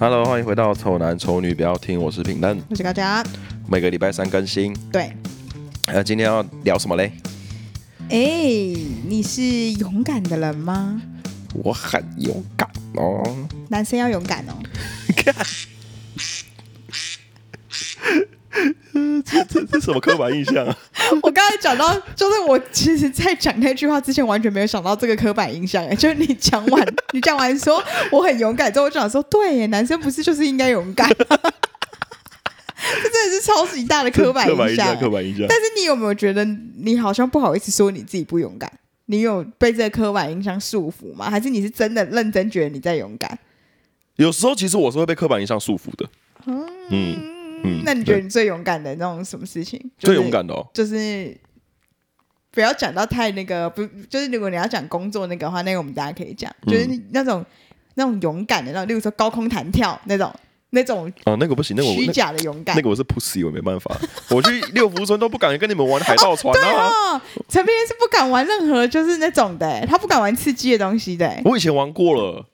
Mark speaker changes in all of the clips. Speaker 1: Hello，欢迎回到《丑男丑女》，不要听，我是平蛋，
Speaker 2: 我是高嘉。
Speaker 1: 每个礼拜三更新。
Speaker 2: 对，
Speaker 1: 呃，今天要聊什么嘞？
Speaker 2: 哎、你是勇敢的人吗？
Speaker 1: 我很勇敢哦，
Speaker 2: 男生要勇敢哦。
Speaker 1: 这是什么刻板印象啊？
Speaker 2: 我刚才讲到，就是我其实，在讲那句话之前，完全没有想到这个刻板印象。哎， 就是你讲完，你讲完说我很勇敢之后，我就想说，对耶，男生不是就是应该勇敢？ 这真的是超级大的刻板
Speaker 1: 刻板印
Speaker 2: 印象
Speaker 1: 象，
Speaker 2: 哎。
Speaker 1: 刻板印象。
Speaker 2: 但是你有没有觉得你好像不好意思说你自己不勇敢？你有被这个刻板印象束缚吗？还是你是真的认真觉得你在勇敢？
Speaker 1: 有时候其实我是会被刻板印象束缚的。嗯嗯
Speaker 2: 那你觉得你最勇敢的那种什么事情？
Speaker 1: 最勇敢的哦，
Speaker 2: 就是就是不要讲到太那个，不就是如果你要讲工作那个的话，那个我们大家可以讲，
Speaker 1: 嗯
Speaker 2: 就是那种那种勇敢的那种，例如说高空弹跳那种那种
Speaker 1: 哦，那个不行，那个我
Speaker 2: 虚
Speaker 1: 那
Speaker 2: 假的勇敢。
Speaker 1: 那个我是 pussy，我没办法。我去六福村都不敢跟你们玩海盗船啊！
Speaker 2: 哦，陈斌是不敢玩任何就是那种的、欸他不敢玩刺激的东西的、欸
Speaker 1: 我以前玩过了，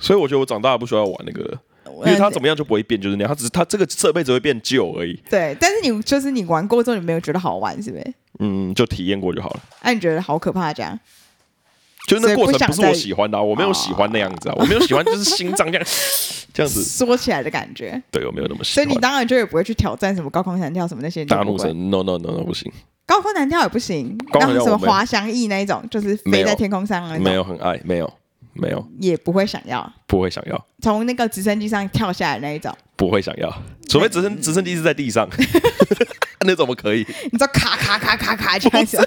Speaker 1: 所以我觉得我长大不需要玩那个了，因为它
Speaker 2: 呃
Speaker 1: 怎么样就不会变，就是那样。它只是它这个设备只会变旧而已。
Speaker 2: 对，但是你就是你玩过之后，你没有觉得好玩，是不是？
Speaker 1: 嗯，就体验过就好了。
Speaker 2: 哎、你觉得好可怕，这样？
Speaker 1: 就是那过程不是
Speaker 2: 所以不想再
Speaker 1: 我喜欢的、啊，我没有喜欢那样子啊，我没有喜欢就是心脏这样 这样子，
Speaker 2: 缩起来的感觉。
Speaker 1: 对我没有那么喜
Speaker 2: 所
Speaker 1: 欢
Speaker 2: 以。你当然就也不会去挑战什么高空弹跳什么那些，你就
Speaker 1: 大
Speaker 2: 不
Speaker 1: 怒
Speaker 2: 会
Speaker 1: 神，no no no no，不行，
Speaker 2: 高空弹跳也不行，
Speaker 1: 高空弹
Speaker 2: 然后
Speaker 1: 跳
Speaker 2: 什
Speaker 1: 我
Speaker 2: 么
Speaker 1: 没有
Speaker 2: 滑翔翼那一种，就是
Speaker 1: 没
Speaker 2: 飞
Speaker 1: 有
Speaker 2: 在天空上那种，
Speaker 1: 没有很爱，没有没有，
Speaker 2: 也不会想要
Speaker 1: 不会想要，
Speaker 2: 从那个直升机上跳下来那一种，
Speaker 1: 不会想要，除非直升直升机是在地上， 那怎么可以？
Speaker 2: 你知道咔咔咔咔咔这 样子吗，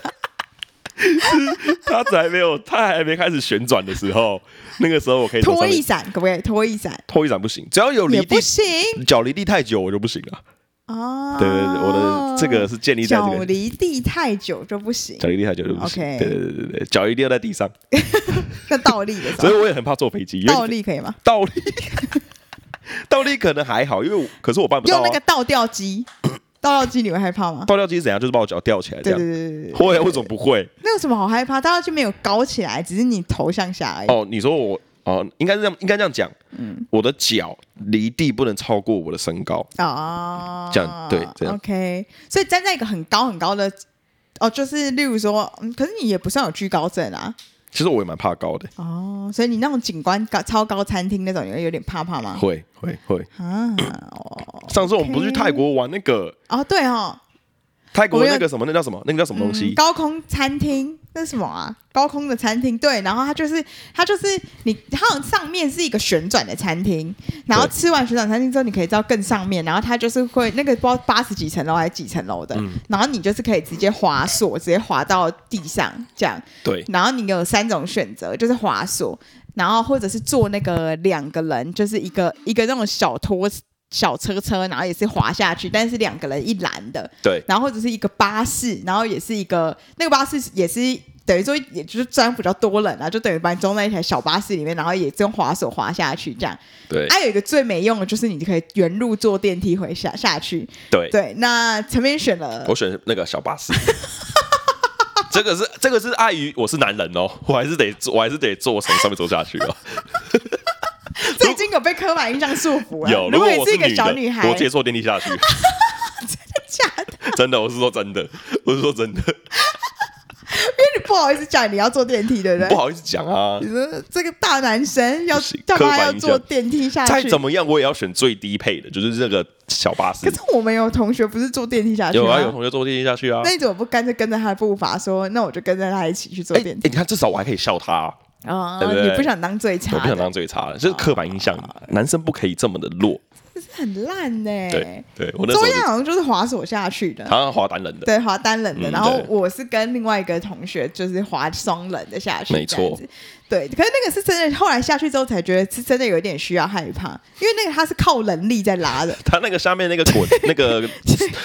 Speaker 1: 它还没有，它还没开始旋转的时候，那个时候我可以从
Speaker 2: 拖
Speaker 1: 上
Speaker 2: 一
Speaker 1: 面
Speaker 2: 伞可不可以？拖一伞
Speaker 1: 拖一掌不行，只要有
Speaker 2: 也
Speaker 1: 离地
Speaker 2: 不行
Speaker 1: 脚离地太久我就不行了。
Speaker 2: 哦。
Speaker 1: 对对对，我的这个是建立在这
Speaker 2: 脚
Speaker 1: 个
Speaker 2: 哦离地太久就不行
Speaker 1: 脚，离地太久就不行。
Speaker 2: OK
Speaker 1: 对对对对对，脚一定要在地上，
Speaker 2: 那倒立的时
Speaker 1: 所以
Speaker 2: 候，
Speaker 1: 我也很怕坐飞机，因为
Speaker 2: 倒立可以吗？
Speaker 1: 倒 立，倒立可能还好，因为我可是我办不到、
Speaker 2: 用
Speaker 1: 啊。
Speaker 2: 那个倒吊 机，倒吊机你会害怕吗？
Speaker 1: 倒吊机是怎样？就是把我脚吊起来这
Speaker 2: 对
Speaker 1: 样
Speaker 2: 对。对对对对，
Speaker 1: 会啊？为什么不会？
Speaker 2: 那有什么好害怕？倒吊机没有高起来，只是你头向下而已。
Speaker 1: 哦，你说我哦，应该是这样，应该这样讲。
Speaker 2: 嗯
Speaker 1: 我的脚离地不能超过我的身高。
Speaker 2: 哦，
Speaker 1: 这样对这样
Speaker 2: OK，所以站在一个很高很高的，哦，就是例如说，嗯，可是你也不算有惧高症啊，
Speaker 1: 其实我也蛮怕高的，
Speaker 2: 哦，所以你那种景观高超高餐厅那种，你会有点怕怕吗？
Speaker 1: 会会会。
Speaker 2: 啊，哦，
Speaker 1: 上次我们不是去
Speaker 2: OK
Speaker 1: 泰国玩那个
Speaker 2: 哦，对哦，
Speaker 1: 泰国
Speaker 2: 我
Speaker 1: 的
Speaker 2: 有
Speaker 1: 那个什么，那叫什么？那个叫什么东西
Speaker 2: 嗯？高空餐厅那是什么啊？高空的餐厅，对，然后它就是它就是你，它好像上面是一个旋转的餐厅，然后
Speaker 1: 对
Speaker 2: 吃完旋转餐厅之后，你可以到更上面，然后它就是会那个不知道八十几层楼还是几层楼
Speaker 1: 嗯
Speaker 2: 的，然后你就是可以直接滑索，直接滑到地上这样，
Speaker 1: 对，
Speaker 2: 然后你有三种选择，就是滑索，然后或者是坐那个两个人，就是一个一个那种小拖小车车，然后也是滑下去，但是两个人一栏的，
Speaker 1: 对
Speaker 2: 然后或者是一个巴士，然后也是一个那个巴士也是。等于说，也就是专比较多人啊，就等于把你装在一台小巴士里面，然后也是用滑手滑下去这样。
Speaker 1: 对
Speaker 2: 还、有一个最没用的就是，你可以原路坐电梯回下下去。
Speaker 1: 对。
Speaker 2: 对，那陈斌选了
Speaker 1: 我选那个小巴士。 这个是这个是碍于我是男人哦，我还是得我还是得坐从上面坐下去哦。
Speaker 2: 这已经有被刻板印象束缚了。啊
Speaker 1: 有，如
Speaker 2: 如果
Speaker 1: 果
Speaker 2: 你
Speaker 1: 我
Speaker 2: 是一
Speaker 1: 女
Speaker 2: 个
Speaker 1: 的，
Speaker 2: 小女孩，
Speaker 1: 我直接坐电梯 下去。
Speaker 2: 假的，
Speaker 1: 真的，我是说真的，我是说真的，
Speaker 2: 因为你不好意思讲你要坐电梯，对不
Speaker 1: 不
Speaker 2: 对？
Speaker 1: 好意思讲啊
Speaker 2: 你。说这个大男生要
Speaker 1: 不行
Speaker 2: 干
Speaker 1: 刻
Speaker 2: 嘛
Speaker 1: 板
Speaker 2: 要
Speaker 1: 印
Speaker 2: 坐
Speaker 1: 象
Speaker 2: 电梯下
Speaker 1: 再
Speaker 2: 去？
Speaker 1: 怎么样，我也要选最低配的，就是这个小巴士
Speaker 2: 可。是我们有同学不是坐电梯下去吗？
Speaker 1: 有啊，有同学坐电梯下去啊。
Speaker 2: 那你怎么不干脆跟着他的步伐说？那我就跟着他一起去坐
Speaker 1: 哎、
Speaker 2: 电
Speaker 1: 哎
Speaker 2: 梯
Speaker 1: 你看，至少我还可以笑他、啊，
Speaker 2: 啊、
Speaker 1: 对不对
Speaker 2: 你不想当最差
Speaker 1: 我
Speaker 2: 的，
Speaker 1: 不想当最差的，这是刻板印象，
Speaker 2: 啊
Speaker 1: 男生不可以这么的弱。
Speaker 2: 这是很烂呢、
Speaker 1: 对，对我那时
Speaker 2: 周
Speaker 1: 候
Speaker 2: 燕
Speaker 1: 是
Speaker 2: 好像就是滑索下去的，
Speaker 1: 好像滑单人的，
Speaker 2: 对，滑单人的，
Speaker 1: 嗯
Speaker 2: 然后
Speaker 1: 对
Speaker 2: 我是跟另外一个同学就是滑双人的下去，
Speaker 1: 没错
Speaker 2: 这样子，对。可是那个是真的，后来下去之后才觉得是真的有点需要害怕，因为那个他是靠人力在拉的，
Speaker 1: 他那个下面那个 滚那个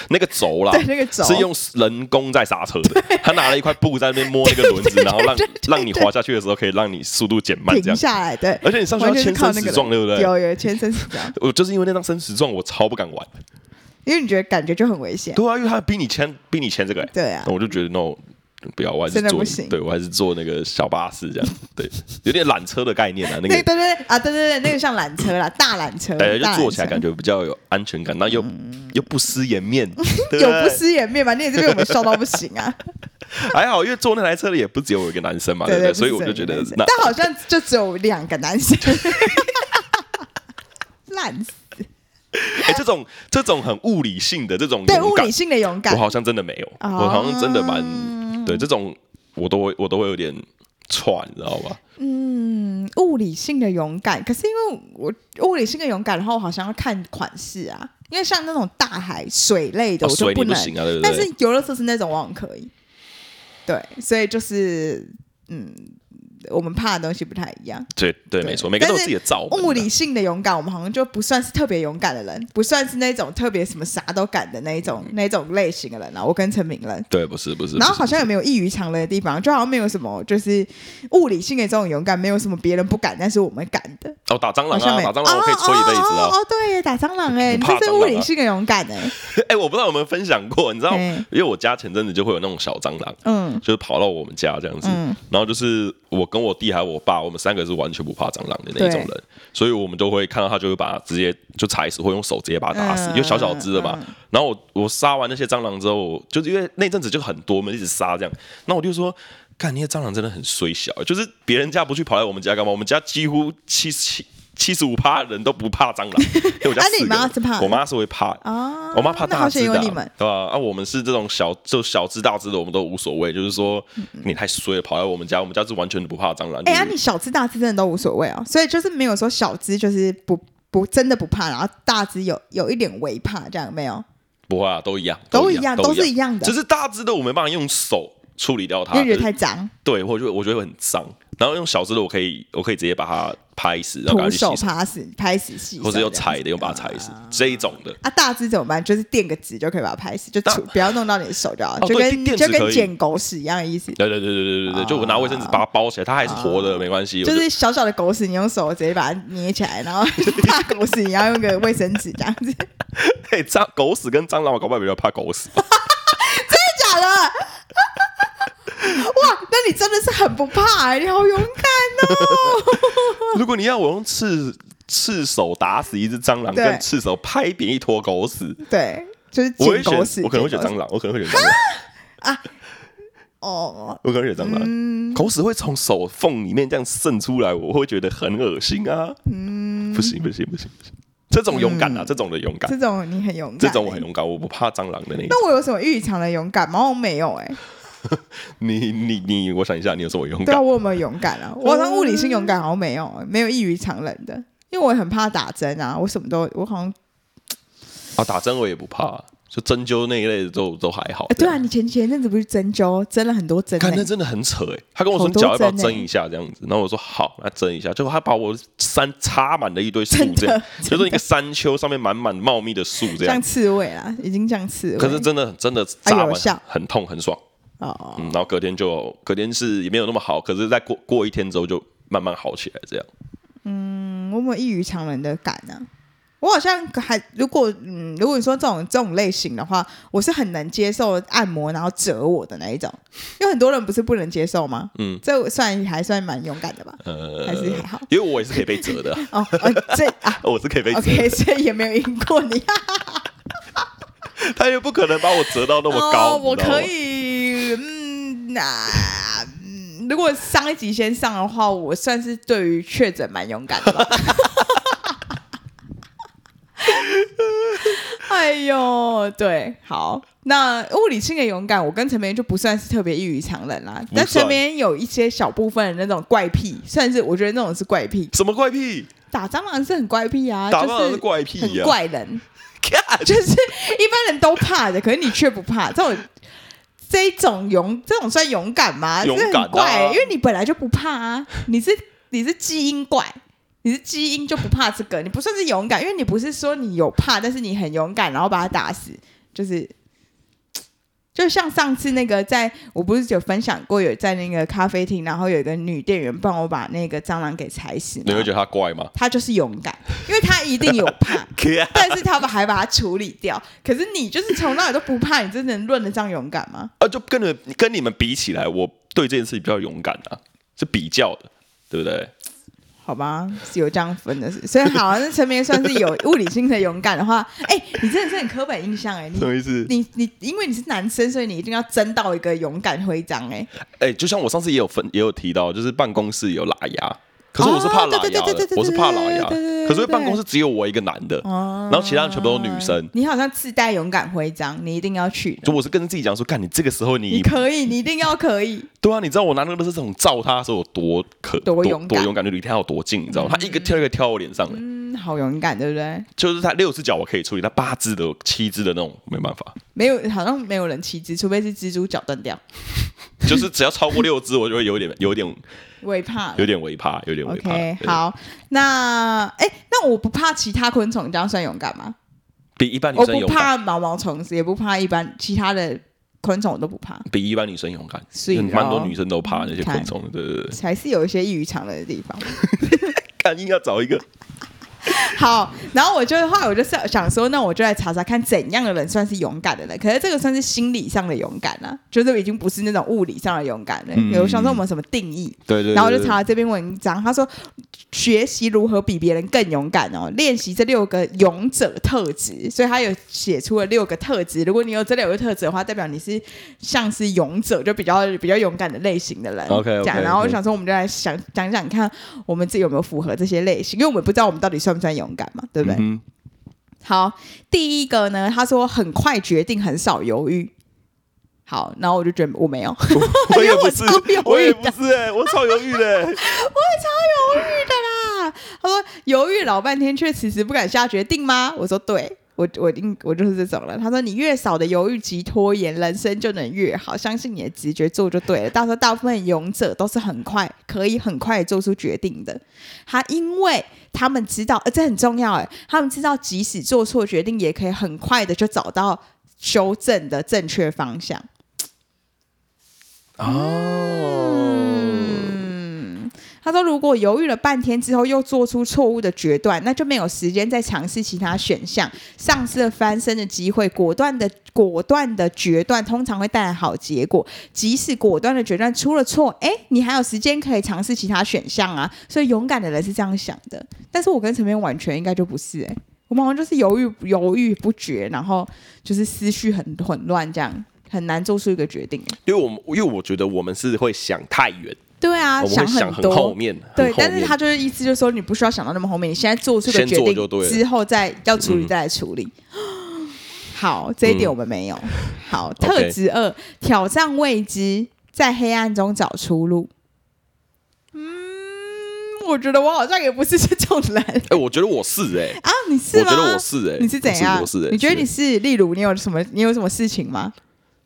Speaker 1: 那个轴啦，
Speaker 2: 对那个轴
Speaker 1: 是用人工在刹车的。他拿了一块布在那边摸那个 轮子，然后让让你滑下去的时候可以让你速度减慢这
Speaker 2: 停
Speaker 1: 样。
Speaker 2: 下来，对。
Speaker 1: 而且你上去要
Speaker 2: 完全是
Speaker 1: 签
Speaker 2: 靠
Speaker 1: 生
Speaker 2: 那个
Speaker 1: 死状，对不
Speaker 2: 人
Speaker 1: 对？
Speaker 2: 有有全身是这样，
Speaker 1: 我就是因为那张生死状，我超不敢玩。
Speaker 2: 因为你觉得感觉就很危险。
Speaker 1: 对啊，因为他逼你签，逼你签这个、欸，
Speaker 2: 对啊
Speaker 1: 那我就觉得 no，不要，我还是
Speaker 2: 真的
Speaker 1: 坐
Speaker 2: 不行
Speaker 1: 对我还是坐那个小巴士这样，对，有点缆车的概念啊，那
Speaker 2: 那
Speaker 1: 个
Speaker 2: 个对对对啊，对对对，那个像缆车啦，大缆车，
Speaker 1: 大家就
Speaker 2: 大
Speaker 1: 坐
Speaker 2: 缆
Speaker 1: 起来
Speaker 2: 车
Speaker 1: 感觉比较有安全感，那又又不失颜面，对啊
Speaker 2: 有
Speaker 1: 对
Speaker 2: 不思颜面吧？你也是被我们笑到不行 啊！
Speaker 1: 还好，因为坐那台车的也不只有我一个男生嘛，对
Speaker 2: 对
Speaker 1: 不对？所以
Speaker 2: 不
Speaker 1: 我
Speaker 2: 是
Speaker 1: 就觉得
Speaker 2: 真的
Speaker 1: 那
Speaker 2: 但好像就只有两个男生， 烂死！
Speaker 1: 哎，这种这种很物理性的这种
Speaker 2: 对，
Speaker 1: 勇
Speaker 2: 物
Speaker 1: 敢
Speaker 2: 理，性的勇敢
Speaker 1: 我，好像真的没有，
Speaker 2: 哦
Speaker 1: 我好像真的蛮对这种我都会我都会有点喘，你知道吧？
Speaker 2: 嗯，物理性的勇敢。可是因为我物理性的勇敢，然后我好像要看款式啊，因为像那种大海水类的
Speaker 1: 哦
Speaker 2: 我就
Speaker 1: 水你不
Speaker 2: 能，
Speaker 1: 行啊，对不
Speaker 2: 但是
Speaker 1: 对？
Speaker 2: 游乐设施那种我很可以。对，所以就是嗯，我们怕的东西不太一样。
Speaker 1: 对对，
Speaker 2: 对
Speaker 1: 没错，每个都有自己的造门啊
Speaker 2: 物理性的勇敢，我们好像就不算是特别勇敢的人，不算是那种特别什么啥都敢的那一种那一种类型的人啊。我跟陈明仁，
Speaker 1: 对，不是嗯不是，
Speaker 2: 然后
Speaker 1: 不是
Speaker 2: 好像也没有异于常人的地方，就好像没有什么就是物理性的这种勇敢，没有什么别人不敢，但是我们敢的。
Speaker 1: 哦，打蟑螂
Speaker 2: 好像
Speaker 1: 啊，
Speaker 2: 没有
Speaker 1: 打蟑螂我可以吹一辈子
Speaker 2: 哦哦
Speaker 1: 啊
Speaker 2: 哦！哦，对耶，打蟑螂哎，
Speaker 1: 不
Speaker 2: 你
Speaker 1: 怕
Speaker 2: 这
Speaker 1: 蟑
Speaker 2: 是
Speaker 1: 螂
Speaker 2: 物
Speaker 1: 啊
Speaker 2: 理性的勇敢哎，
Speaker 1: 哎，我不知道有没有分享过，你知道，
Speaker 2: 哎
Speaker 1: 因为我家前阵子就会有那种小蟑螂，
Speaker 2: 嗯
Speaker 1: 就是跑到我们家这样子，
Speaker 2: 嗯
Speaker 1: 然后就是我跟我弟还有我爸，我们三个是完全不怕蟑螂的那一种人，所以我们都会看到他就会把它直接就踩死，或用手直接把它打死，
Speaker 2: 嗯
Speaker 1: 因为小小只的嘛。然后我我杀完那些蟑螂之后，我就是因为那阵子就很多，我们一直杀这样，那我就说。看那些蟑螂真的很衰小，欸就是别人家不去跑来我们家干嘛？我们家几乎七七七十五趴人都不怕 蟑螂，因为我家
Speaker 2: 啊
Speaker 1: 四
Speaker 2: 你
Speaker 1: 个
Speaker 2: 妈
Speaker 1: 人
Speaker 2: 是怕的
Speaker 1: 我妈是会怕的
Speaker 2: 啊，
Speaker 1: 我妈怕
Speaker 2: 那
Speaker 1: 大
Speaker 2: 好险
Speaker 1: 只
Speaker 2: 有
Speaker 1: 的啊、
Speaker 2: 你们，
Speaker 1: 对吧、啊？我们是这种小就小只大只的，我们都无所谓。就是说，你太衰了，跑来我们家，我们家是完全不怕蟑螂。就
Speaker 2: 哎
Speaker 1: 是
Speaker 2: 呀，啊你小只大只真的都无所谓哦，所以就是没有说小只就是不不真的不怕，然后大只有有一点微怕，这样没有，
Speaker 1: 不会啊，都一样，
Speaker 2: 都
Speaker 1: 一
Speaker 2: 一样，
Speaker 1: 都
Speaker 2: 都是一样的
Speaker 1: 只，是大只的我没办法用手处理掉它，
Speaker 2: 因为觉
Speaker 1: 就
Speaker 2: 得
Speaker 1: 是
Speaker 2: 太脏，
Speaker 1: 对，或者我觉得会很脏。然后用小只的，我可以我可以直接把它拍死，然后
Speaker 2: 徒
Speaker 1: 赶紧
Speaker 2: 手
Speaker 1: 洗手，
Speaker 2: 拍死拍死细手这样子，
Speaker 1: 或者用踩的，用把它踩死
Speaker 2: 啊
Speaker 1: 这一种的。
Speaker 2: 啊，大只怎么办？就是垫个纸就可以把它拍死，就
Speaker 1: 但
Speaker 2: 除不要弄到你的手就好，
Speaker 1: 哦
Speaker 2: 就
Speaker 1: 对
Speaker 2: 跟
Speaker 1: 垫
Speaker 2: 就
Speaker 1: 纸可
Speaker 2: 跟
Speaker 1: 以
Speaker 2: 捡狗屎一样的意思，
Speaker 1: 对对对对对对对，就我拿卫生纸把它包起来，它还是活的，没关系。我
Speaker 2: 啊就是小小的狗屎，你用手直接把它捏起来，然后 大狗屎你要用个卫生纸这样子，真的
Speaker 1: 嘿蟑狗屎跟蟑螂，我搞不好比较怕狗屎。
Speaker 2: 假的？哇，那你真的是很不怕、欸，你好勇敢哦！
Speaker 1: 如果你要我用赤赤手打死一只蟑螂，
Speaker 2: 对
Speaker 1: 跟赤手拍扁一坨狗 屎，
Speaker 2: 对，就是
Speaker 1: 我会
Speaker 2: 捡
Speaker 1: 选
Speaker 2: 狗屎，
Speaker 1: 我可能会选
Speaker 2: 捡狗屎
Speaker 1: 蟑螂，我可能会选蟑 螂，
Speaker 2: 哦。
Speaker 1: 我可能会选蟑螂。
Speaker 2: 嗯
Speaker 1: 狗屎会从手缝里面这样渗出来，我会觉得很恶心啊！
Speaker 2: 嗯
Speaker 1: 不行不行不行不行，这种勇敢啊，这种的勇敢
Speaker 2: 这，种你很勇敢、欸
Speaker 1: 这种我很。勇敢，我不怕蟑螂的 那一种。
Speaker 2: 那我有什么异于常人的勇敢吗？我没有哎、
Speaker 1: 你你你，我想一下，你有什么勇
Speaker 2: 对啊，
Speaker 1: 敢？
Speaker 2: 我有没有勇敢啊？
Speaker 1: 嗯
Speaker 2: 我好像物理性勇敢好像没有、没有异于常人的，因为我很怕打针啊，我什么都，我好像，
Speaker 1: 哦啊，打针我也不怕，就针灸那一类的都都还好
Speaker 2: 哎。对啊，你前前阵子不是针灸，针了很多针、
Speaker 1: 看
Speaker 2: 欸
Speaker 1: 那，真的很扯哎、他跟我说
Speaker 2: 好
Speaker 1: 你
Speaker 2: 多
Speaker 1: 脚要不要
Speaker 2: 针欸
Speaker 1: 针一下这样子，然后我说好，那针一下，结果他把我山插满了一堆树
Speaker 2: 真
Speaker 1: 这
Speaker 2: 的
Speaker 1: 样，
Speaker 2: 真的
Speaker 1: 就是一个山丘上面满满茂密的树这
Speaker 2: 像
Speaker 1: 样。
Speaker 2: 刺猬啦，已经像刺猬。
Speaker 1: 可是真的真的扎
Speaker 2: 啊有
Speaker 1: 完
Speaker 2: 效
Speaker 1: 很痛很爽，
Speaker 2: 哦，
Speaker 1: 嗯，然后隔天就隔天是也没有那么好，可是再过过一天之后就慢慢好起来这样。
Speaker 2: 嗯我有没有异于常人的感呢、我好像还如果嗯，如果你说这种这种类型的话，我是很能接受按摩然后折我的那一种，因为很多人不是不能接受吗？
Speaker 1: 嗯，
Speaker 2: 这算还算蛮勇敢的吧？
Speaker 1: 呃，
Speaker 2: 还是还好
Speaker 1: 因为我也是可以被折 的啊，
Speaker 2: 哦，哦这啊
Speaker 1: 我是可以被折
Speaker 2: ，OK，
Speaker 1: 的，
Speaker 2: 所以也没有赢过你。
Speaker 1: 他也不可能把我折到那么高，
Speaker 2: 哦、我
Speaker 1: 你知道吗
Speaker 2: 可。以，嗯，那、嗯 如果上一集先上的话，我算是对于确诊蛮勇敢的吧。 哎呦，对，好，那物理性的勇敢，我跟陈明就不算是特别异于常人啦。
Speaker 1: 不
Speaker 2: 但
Speaker 1: 嗯算
Speaker 2: 陈明有一些小部分的那种怪癖，算是我觉得那种是怪癖。
Speaker 1: 什么怪癖？
Speaker 2: 打蟑螂是很怪癖啊，
Speaker 1: 打蟑
Speaker 2: 就
Speaker 1: 螂
Speaker 2: 是
Speaker 1: 是怪癖啊
Speaker 2: 很
Speaker 1: 呀、
Speaker 2: 怪人。
Speaker 1: 看
Speaker 2: 就是一般人都怕的，可是你却不怕，这种这一种勇，这种算勇敢吗？
Speaker 1: 勇敢啊
Speaker 2: 这很怪、欸因为你本来就不怕啊，你是你是基因怪。你是基因就不怕这个，你不算是勇敢，因为你不是说你有怕，但是你很勇敢，然后把它打死，就是就就像上次那个在，我不是有分享过，有在那个咖啡厅，然后有一个女店员帮我把那个蟑螂给踩死嘛，
Speaker 1: 你会觉得他怪 吗？
Speaker 2: 她就是勇敢，因为她一定有怕，
Speaker 1: 可
Speaker 2: 但是她把还把它处理掉。可是你就是从那里都不怕，你真的能论得上勇敢吗？
Speaker 1: 啊，就跟你们跟你们比起来，我对这件事情比较勇敢啊，是比较的，对不对？
Speaker 2: 好吧，是有这样分的，所以好，那陈明算是有物理性的勇敢的话， 哎、你真的是很刻板印象哎、你
Speaker 1: 什么意思？
Speaker 2: 你你，因为你是男生，所以你一定要争到一个勇敢徽章哎、
Speaker 1: 哎、就像我上次也有分也有提到，就是办公室有喇牙，可是我是怕喇牙
Speaker 2: 哦对对对对对
Speaker 1: 的，
Speaker 2: 对
Speaker 1: 我是怕喇牙
Speaker 2: 对对对对对。
Speaker 1: 可是办公室只有我一个男的，
Speaker 2: 哦
Speaker 1: 然后其他人全部都女生
Speaker 2: 你好像自带勇敢徽章，你一定要去的
Speaker 1: 所以我是跟自己讲说，干你这个时候你
Speaker 2: 你可以，你一定要可以。
Speaker 1: 对啊，你知道我拿那个垃圾桶照他的时候有多可
Speaker 2: 多勇敢
Speaker 1: 多勇敢，就离他有多近，你知道吗？他一个跳一个跳我脸上的，
Speaker 2: 嗯，好勇敢，对不对？
Speaker 1: 就是他六只脚我可以处理，他八只的、七只的那种没办法，
Speaker 2: 没有，好像没有人骑只，除非是蜘蛛脚断掉。
Speaker 1: 就是只要超过六只，我就会有点有点
Speaker 2: 我也怕。
Speaker 1: 有点微怕，有点微怕。
Speaker 2: OK，
Speaker 1: 对，
Speaker 2: 好，那哎、那我不怕其他昆虫，这样算勇敢吗？
Speaker 1: 比一般女
Speaker 2: 我
Speaker 1: 生
Speaker 2: 哦不
Speaker 1: 勇敢，
Speaker 2: 怕毛毛虫，也不怕一般其他的昆虫，我都不怕，
Speaker 1: 比一般女生勇敢，
Speaker 2: 是嗯哦
Speaker 1: 蛮多女生都怕那些
Speaker 2: 你看
Speaker 1: 昆虫的，对对对。
Speaker 2: 还是有一些异于常人的地方。
Speaker 1: 干硬要找一个，
Speaker 2: 好，然后我就后来我就是想说，那我就来查查看怎样的人算是勇敢的人。可是这个算是心理上的勇敢啊，就是已经不是那种物理上的勇敢了。
Speaker 1: 嗯
Speaker 2: 有我想说我们什么定义？
Speaker 1: 对对
Speaker 2: 然后我就查了这篇文章，他说学习如何比别人更勇敢哦，练习这六个勇者特质，所以他有写出了六个特质。如果你有这六个特质的话，代表你是像是勇者，就 比较比较勇敢的类型的人。
Speaker 1: OK，OK，OK
Speaker 2: 这样，然后我想说，我们就来想讲讲看，我们自己有没有符合这些类型，因为我们不知道我们到底算不算勇敢嘛，对不对？
Speaker 1: 嗯哼
Speaker 2: 好，第一个呢，他说很快决定，很少犹豫。好，然后我就觉得我没有，
Speaker 1: 我也
Speaker 2: 因为
Speaker 1: 不
Speaker 2: 哎我
Speaker 1: 是
Speaker 2: 超犹豫，的
Speaker 1: 我也不是，哎，我超犹豫的，哎
Speaker 2: 啦。他说犹豫老半天，却迟迟不敢下决定吗？我说对。我我一定我就是这种人。他说你越少的犹豫及拖延，人生就能越好。相信你的直觉做就对了。到时候大部分勇者都是很快可以很快做出决定的。他因为他们知道，呃，这很重要哎，他们知道即使做错决定，也可以很快的就找到修正的正确方向。
Speaker 1: 哦，
Speaker 2: 他说：“如果犹豫了半天之后又做出错误的决断，那就没有时间再尝试其他选项，丧失了翻身的机会。果断的果断的决断通常会带来好结果，即使果断的决断出了错，哎，你还有时间可以尝试其他选项啊。所以勇敢的人是这样想的，但是我跟陈明完全应该就不是哎、诶我们好像就是犹豫犹豫不决，然后就是思绪很混乱，这样很难做出一个决定。
Speaker 1: 因为我们因为我觉得我们是会想太远，
Speaker 2: 对啊，
Speaker 1: 哦我们会想
Speaker 2: 很
Speaker 1: 很
Speaker 2: 多，
Speaker 1: 后面，
Speaker 2: 对
Speaker 1: 很，后
Speaker 2: 但是
Speaker 1: 面
Speaker 2: 他就是意思就是说，你不需要想到那么后面，你现在做出个
Speaker 1: 先
Speaker 2: 决
Speaker 1: 做就对
Speaker 2: 定
Speaker 1: 了
Speaker 2: 之后再要处理
Speaker 1: 嗯
Speaker 2: 再来处理。好，这一点我们没有。好，
Speaker 1: OK
Speaker 2: 特质二，挑战未知，在黑暗中找出路。嗯，我觉得我好像也不是 这种人
Speaker 1: 哎，我觉得我是哎，
Speaker 2: 啊，你
Speaker 1: 我
Speaker 2: 是吗？
Speaker 1: 觉得我是哎，
Speaker 2: 你是怎样？
Speaker 1: 我是我是哎，
Speaker 2: 你觉得你
Speaker 1: 是
Speaker 2: 是？例如，你有什么？你有什么事情吗？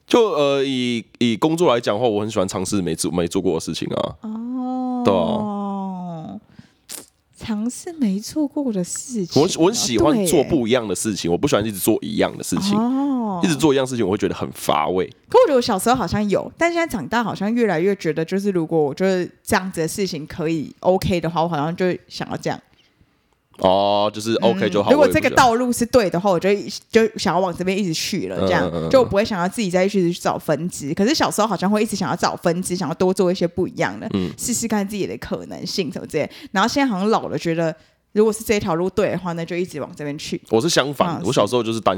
Speaker 1: 就呃以以工作来讲的话，我很喜欢尝试没做没做过的事情啊，
Speaker 2: 哦，
Speaker 1: 对
Speaker 2: 尝试没做过的事情，哦
Speaker 1: 我我很喜欢
Speaker 2: 对
Speaker 1: 做
Speaker 2: 耶
Speaker 1: 不一样的事情，我不喜欢一直做一样的事情，
Speaker 2: 哦
Speaker 1: 一直做一样事情我会觉得很乏味。
Speaker 2: 可我觉得我小时候好像有，但现在长大好像越来越觉得，就是如果我就是这样子的事情可以 OK 的话，我好像就想要这样。
Speaker 1: 哦，就是 OK
Speaker 2: 嗯
Speaker 1: 就好。
Speaker 2: 如果
Speaker 1: 我也不
Speaker 2: 这个
Speaker 1: 想
Speaker 2: 道路是对的话，我就一就想要往这边一直去了，这样、
Speaker 1: 嗯嗯嗯嗯
Speaker 2: 就我不会想要自己再去去找分支。可是小时候好像会一直想要找分支，想要多做一些不一样的，
Speaker 1: 嗯
Speaker 2: 试试看自己的可能性什么之类。然后现在好像老了，觉得如果是这条路对的话，那就一直往这边去。
Speaker 1: 我是相反
Speaker 2: 啊，
Speaker 1: 我小时候就是单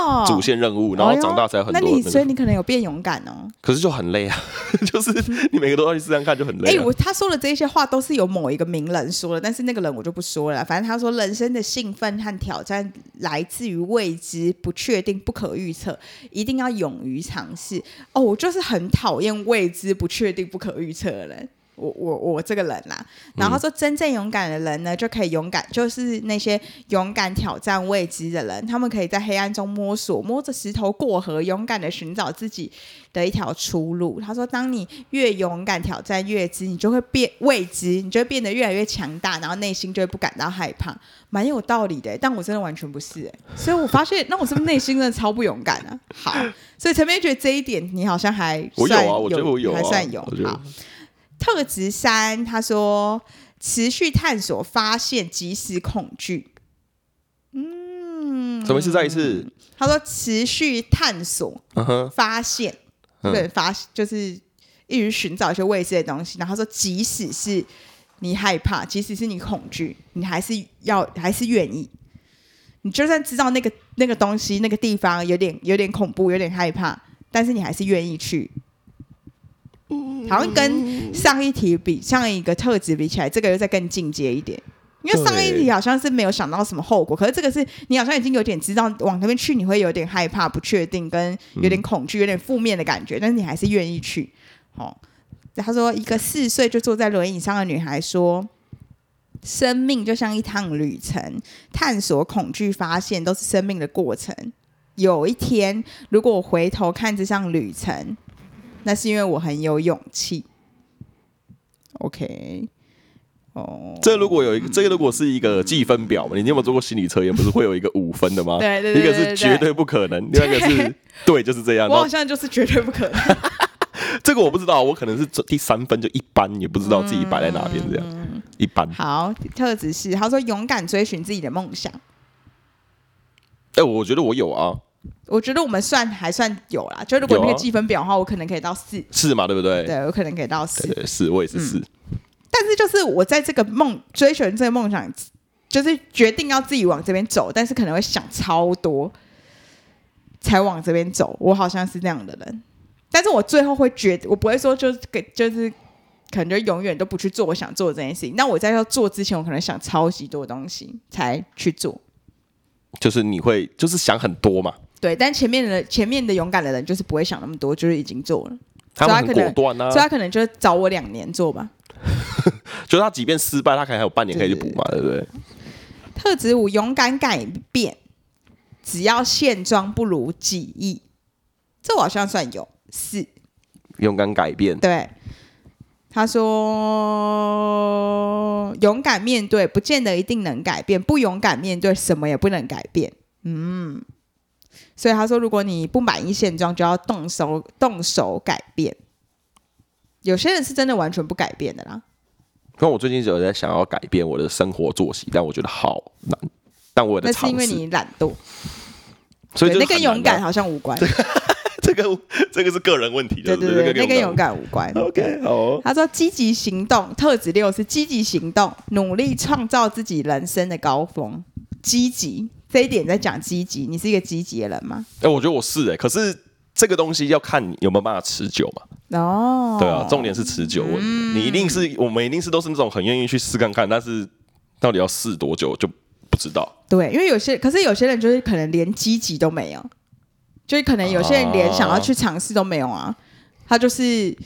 Speaker 2: 哦
Speaker 1: 主线任务，然后
Speaker 2: 哎呦
Speaker 1: 长大才有很
Speaker 2: 那
Speaker 1: 多
Speaker 2: 你
Speaker 1: 那
Speaker 2: 所以
Speaker 1: 个，
Speaker 2: 你可能有变勇敢哦。
Speaker 1: 可是就很累啊， 就是你每个都要去试上看就很
Speaker 2: 哎、
Speaker 1: 累啊。
Speaker 2: 我他说的这些话都是有某一个名人说的，但是那个人我就不说了。反正他说，人生的兴奋和挑战来自于未知、不确定、不可预测，一定要勇于尝试。哦，我就是很讨厌未知、不确定、不可预测的人。我我我这个人啦、然后他说，真正勇敢的人呢，就可以勇敢，就是那些勇敢挑战未知的人，他们可以在黑暗中摸索，摸着石头过河，勇敢的寻找自己的一条出路。他说，当你越勇敢挑战未知，你就会变未知，你就会变得越来越强大，然后内心就会不感到害怕，蛮有道理的欸。但我真的完全不是 哎，所以我发现，那我是不是内心真的超不勇敢啊？好，所以陈明觉得这一点你好像还
Speaker 1: 我有
Speaker 2: 算
Speaker 1: 啊，我觉得我有啊，
Speaker 2: 还算有
Speaker 1: 我觉得
Speaker 2: 好。特质三，他说持续探索、发现、及时恐惧。
Speaker 1: 什么意思？再一次，
Speaker 2: 他说持续探索、
Speaker 1: 嗯哼，
Speaker 2: 发现，
Speaker 1: 嗯
Speaker 2: 对，发就是一直寻找一些未知的东西。然后他说，即使是你害怕，即使是你恐惧，你还是要还是愿意。你就算知道那个那个东西、那个地方有点有点恐怖、有点害怕，但是你还是愿意去。好像跟上一题比，上一个特质比起来，这个又再更进阶一点。因为上一题
Speaker 1: 对
Speaker 2: 好像是没有想到什么后果，可是这个是你好像已经有点知道往那边去，你会有点害怕、不确定，跟有点恐惧、有点负面的感觉，但是你还是愿意去。哦，他说，一个四岁就坐在轮椅上的女孩说：“生命就像一趟旅程，探索、恐惧、发现都是生命的过程。有一天，如果我回头看这项旅程，那是因为我很有勇气。OK，哦，
Speaker 1: 这如果有一个，这个如果是一个计分表嘛，你有没有做过心理测验？不是会有一个五分的吗？
Speaker 2: 对对对
Speaker 1: 一个
Speaker 2: 对
Speaker 1: 是
Speaker 2: 对
Speaker 1: 绝对不可能，另外一个是
Speaker 2: 对
Speaker 1: 对，就是这样。
Speaker 2: 我
Speaker 1: 然后
Speaker 2: 好像就是绝对不可能。
Speaker 1: 这个我不知道，我可能是这第三分就一般，也不知道自己摆在哪边，这
Speaker 2: 嗯
Speaker 1: 样一般。
Speaker 2: 好，特质是他说勇敢追寻自己的梦想。
Speaker 1: 哎，我觉得我有啊，
Speaker 2: 我觉得我们算还算有啦，就如果
Speaker 1: 有啊
Speaker 2: 那个积分表的话，我可能可以到四，
Speaker 1: 是嘛？对不对？
Speaker 2: 对我嗯可能可以到四
Speaker 1: 对。对是，我也是是。
Speaker 2: 但是就是我在这个梦追寻这个梦想，就是决定要自己往这边走，但是可能会想超多，才往这边走。我好像是那样的人，但是我最后会决，我不会说就是给就是。可能就永远都不去做我想做的这件事情。那我在要做之前，我可能想超级多东西才去做。
Speaker 1: 就是你会，就是想很多嘛，
Speaker 2: 对，但前面的前面的勇敢的人就是不会想那么多，就是已经做了，
Speaker 1: 他们很
Speaker 2: 所以他可
Speaker 1: 果
Speaker 2: 能
Speaker 1: 断啊
Speaker 2: 所以。他可能就找我两年做吧。
Speaker 1: 就是他即便失败，他可能还有半年可以去补嘛，对不对？
Speaker 2: 特质五勇敢改变，只要现状不如己意，这我好像算有是
Speaker 1: 勇敢改变，
Speaker 2: 对。他说：“勇敢面对，不见得一定能改变；不勇敢面对，什么也不能改变。”嗯，所以他说，如果你不满意现状，就要动手动手改变。有些人是真的完全不改变的啦。
Speaker 1: 那我最近有在想要改变我的生活作息，但我觉得好难。但我有
Speaker 2: 那
Speaker 1: 在
Speaker 2: 是
Speaker 1: 尝
Speaker 2: 因为
Speaker 1: 试，
Speaker 2: 你懒惰，
Speaker 1: 所以
Speaker 2: 对
Speaker 1: 就是
Speaker 2: 那跟
Speaker 1: 很难啊
Speaker 2: 勇敢，好像无关。
Speaker 1: 这个这个是个人问题，
Speaker 2: 对
Speaker 1: 不
Speaker 2: 对对，那跟勇
Speaker 1: 敢
Speaker 2: 敢无关。
Speaker 1: 无关。OK，好哦，
Speaker 2: 他说：“积极行动，特质六是积极行动，努力创造自己人生的高峰。积极这一点在讲积极，你是一个积极的人吗？
Speaker 1: 哎，我觉得我是哎，可是这个东西要看你有没有办法持久嘛。
Speaker 2: 哦，嗯
Speaker 1: 对啊，重点是持久问题。你一定是我们一定是都是那种很愿意去试看看，但是到底要试多久就不知道。
Speaker 2: 对，因为有些可是有些人就是可能连积极都没有，就是可能有些人连想要去尝试都没有啊，他就是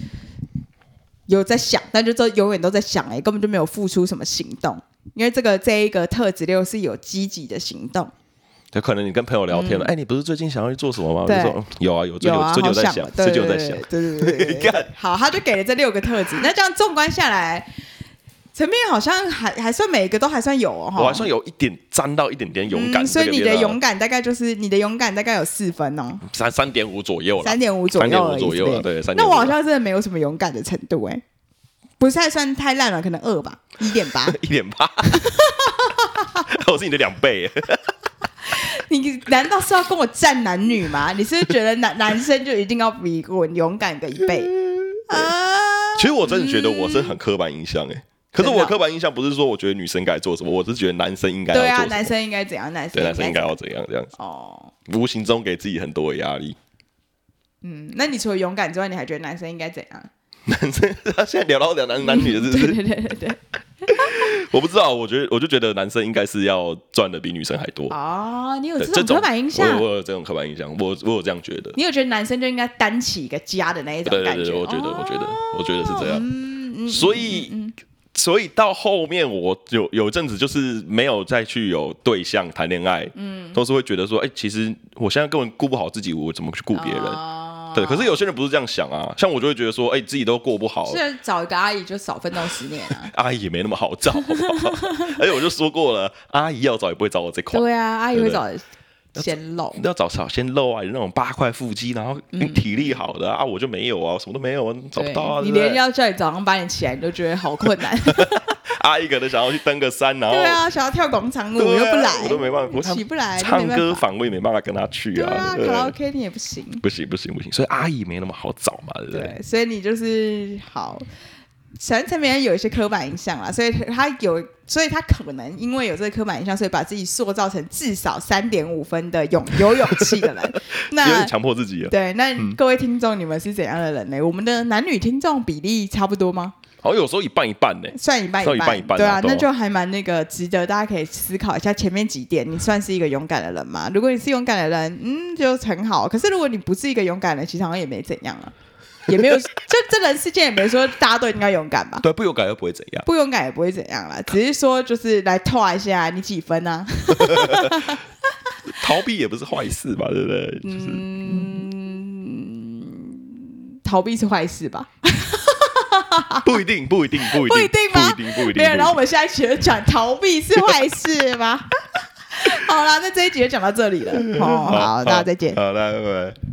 Speaker 2: 有在想，但就都永远都在想、欸，根本就没有付出什么行动。因为这个这一个特质六是有积极的行动。”
Speaker 1: 就可能你跟朋友聊天了，哎、你不是最近想要去做什么吗？我就
Speaker 2: 嗯对
Speaker 1: 说嗯有啊有，最近
Speaker 2: 有啊，
Speaker 1: 最近
Speaker 2: 好
Speaker 1: 有在
Speaker 2: 想
Speaker 1: 想，
Speaker 2: 对
Speaker 1: 最近
Speaker 2: 对
Speaker 1: 有
Speaker 2: 对
Speaker 1: 在想。
Speaker 2: 对对对
Speaker 1: 你
Speaker 2: 对
Speaker 1: 看
Speaker 2: 对。好，他就给了这六个特质。那这样纵观下来，陈面好像还还算每一个都还算有哦，哈
Speaker 1: 我还算有一点沾到一点点勇敢
Speaker 2: 嗯
Speaker 1: 这
Speaker 2: 所
Speaker 1: 个边
Speaker 2: 以
Speaker 1: 啊、
Speaker 2: 你的勇敢大概就是你的勇敢大概有四分哦，
Speaker 1: 三三点五左右了，
Speaker 2: 三点五左右而
Speaker 1: 3.5
Speaker 2: 已，
Speaker 1: 左右
Speaker 2: 对
Speaker 1: 啊对3.5
Speaker 2: 那我好像真的没有什么勇敢的程度哎，不太算太烂了，可能二吧，一点八。
Speaker 1: 一点八， 我是你的两倍耶。
Speaker 2: 你难道是要跟我战男女吗？你是不是觉得男 男生就一定要比我勇敢个一 倍啊？
Speaker 1: 其实我真的觉得我是很刻板印象
Speaker 2: 嗯
Speaker 1: 哎，可是我
Speaker 2: 真的
Speaker 1: 的刻板印象不是说我觉得女生该做什么，我是觉得男生应该要
Speaker 2: 对
Speaker 1: 做什
Speaker 2: 啊，
Speaker 1: 么。
Speaker 2: 男生应该怎样？男生
Speaker 1: 对男生应该
Speaker 2: 怎
Speaker 1: 要
Speaker 2: 样
Speaker 1: 怎样这样子，
Speaker 2: 哦。
Speaker 1: 无形中给自己很多的压 力。
Speaker 2: 嗯，那你除了勇敢之外，你还觉得男生应该怎样？
Speaker 1: 男生，他现在聊到聊男男女的，是不是？
Speaker 2: 对对对 对，
Speaker 1: 我不知道，我觉得我就觉得男生应该是要赚的比女生还多。
Speaker 2: 哦，你有
Speaker 1: 对
Speaker 2: 这种刻板印象嗯
Speaker 1: 我，我有这种刻板印象，我我有这样觉得。
Speaker 2: 你有觉得男生就应该担起一个家的那一种
Speaker 1: 对
Speaker 2: 感
Speaker 1: 对
Speaker 2: 觉？
Speaker 1: 对，我觉得，
Speaker 2: 哦
Speaker 1: 我觉得，我觉得是这样。
Speaker 2: 嗯，嗯嗯
Speaker 1: 所以。所以到后面，我有有阵子就是没有再去有对象谈恋爱，嗯，都是会觉得说，哎、其实我现在根本顾不好自己，我怎么去顾别人？
Speaker 2: 哦
Speaker 1: 对，可是有些人不是这样想啊，像我就会觉得说，哎、自己都过不好，
Speaker 2: 是找一个阿姨就少奋斗十年 啊。
Speaker 1: 阿姨也没那么好找，好 不好而且我就说过了，阿姨要找也不会找我这款，
Speaker 2: 对啊，阿姨
Speaker 1: 对
Speaker 2: 会
Speaker 1: 不
Speaker 2: 找显露
Speaker 1: 你。要找小鲜肉啊，有那种八块腹肌，然后体力好的啊，啊我就没有啊，我什么都没有啊，找不到啊，
Speaker 2: 嗯对你
Speaker 1: 对不
Speaker 2: 连
Speaker 1: 对？
Speaker 2: 要叫你早上八点起来，你都觉得好困 难。
Speaker 1: 阿姨可能想要去登个山，然后
Speaker 2: 对啊，想要跳广场舞
Speaker 1: 哦对啊
Speaker 2: 又不来，
Speaker 1: 我都没办法，我
Speaker 2: 起不来，
Speaker 1: 唱
Speaker 2: 就没
Speaker 1: 歌
Speaker 2: 办法。
Speaker 1: 房我也没办法跟她去
Speaker 2: 对啊，
Speaker 1: 对
Speaker 2: 卡拉 OK 你也不行。
Speaker 1: 不行不行不行，所以阿姨没那么好找嘛，对不对？
Speaker 2: 对，所以你就是好，陈陈明有一些刻板印象啦，所以他有，所以他可能因为有这个刻板印象，所以把自己塑造成至少三点五分的勇有勇气的人。
Speaker 1: 有
Speaker 2: 那
Speaker 1: 点强嗯迫自己了，啊
Speaker 2: 对，啊那各位听众，你们是怎样的人呢？我们的男女听众比例差不多吗？
Speaker 1: 好像有时候一半一半呢、
Speaker 2: 算一半
Speaker 1: 算一
Speaker 2: 半，
Speaker 1: 半一半啊
Speaker 2: 对啊，
Speaker 1: 都
Speaker 2: 那就还蛮那个值得大家可以思考一下前面几点，你算是一个勇敢的人吗？如果你是勇敢的人，嗯，就很好。可是如果你不是一个勇敢的人，其实好像也没怎样啊，也没有， 就这人世间也没说大家都应该勇敢吧。
Speaker 1: 对，不勇敢又不会怎样。
Speaker 2: 不勇敢也不会怎样啦，只是说就是来透一下你几 分啊？
Speaker 1: 逃避也不是坏事吧，对不对？就是、
Speaker 2: 嗯逃避是坏事吧？
Speaker 1: 不一定，不一定，不一定，
Speaker 2: 不一定吗
Speaker 1: 不一定，不一定。
Speaker 2: 没有，然后我
Speaker 1: 不一定
Speaker 2: 们下一集就讲逃避是坏事 吗？好啦，那这一集就讲到这里了。哦，好，大家再见。
Speaker 1: 好，大家拜拜。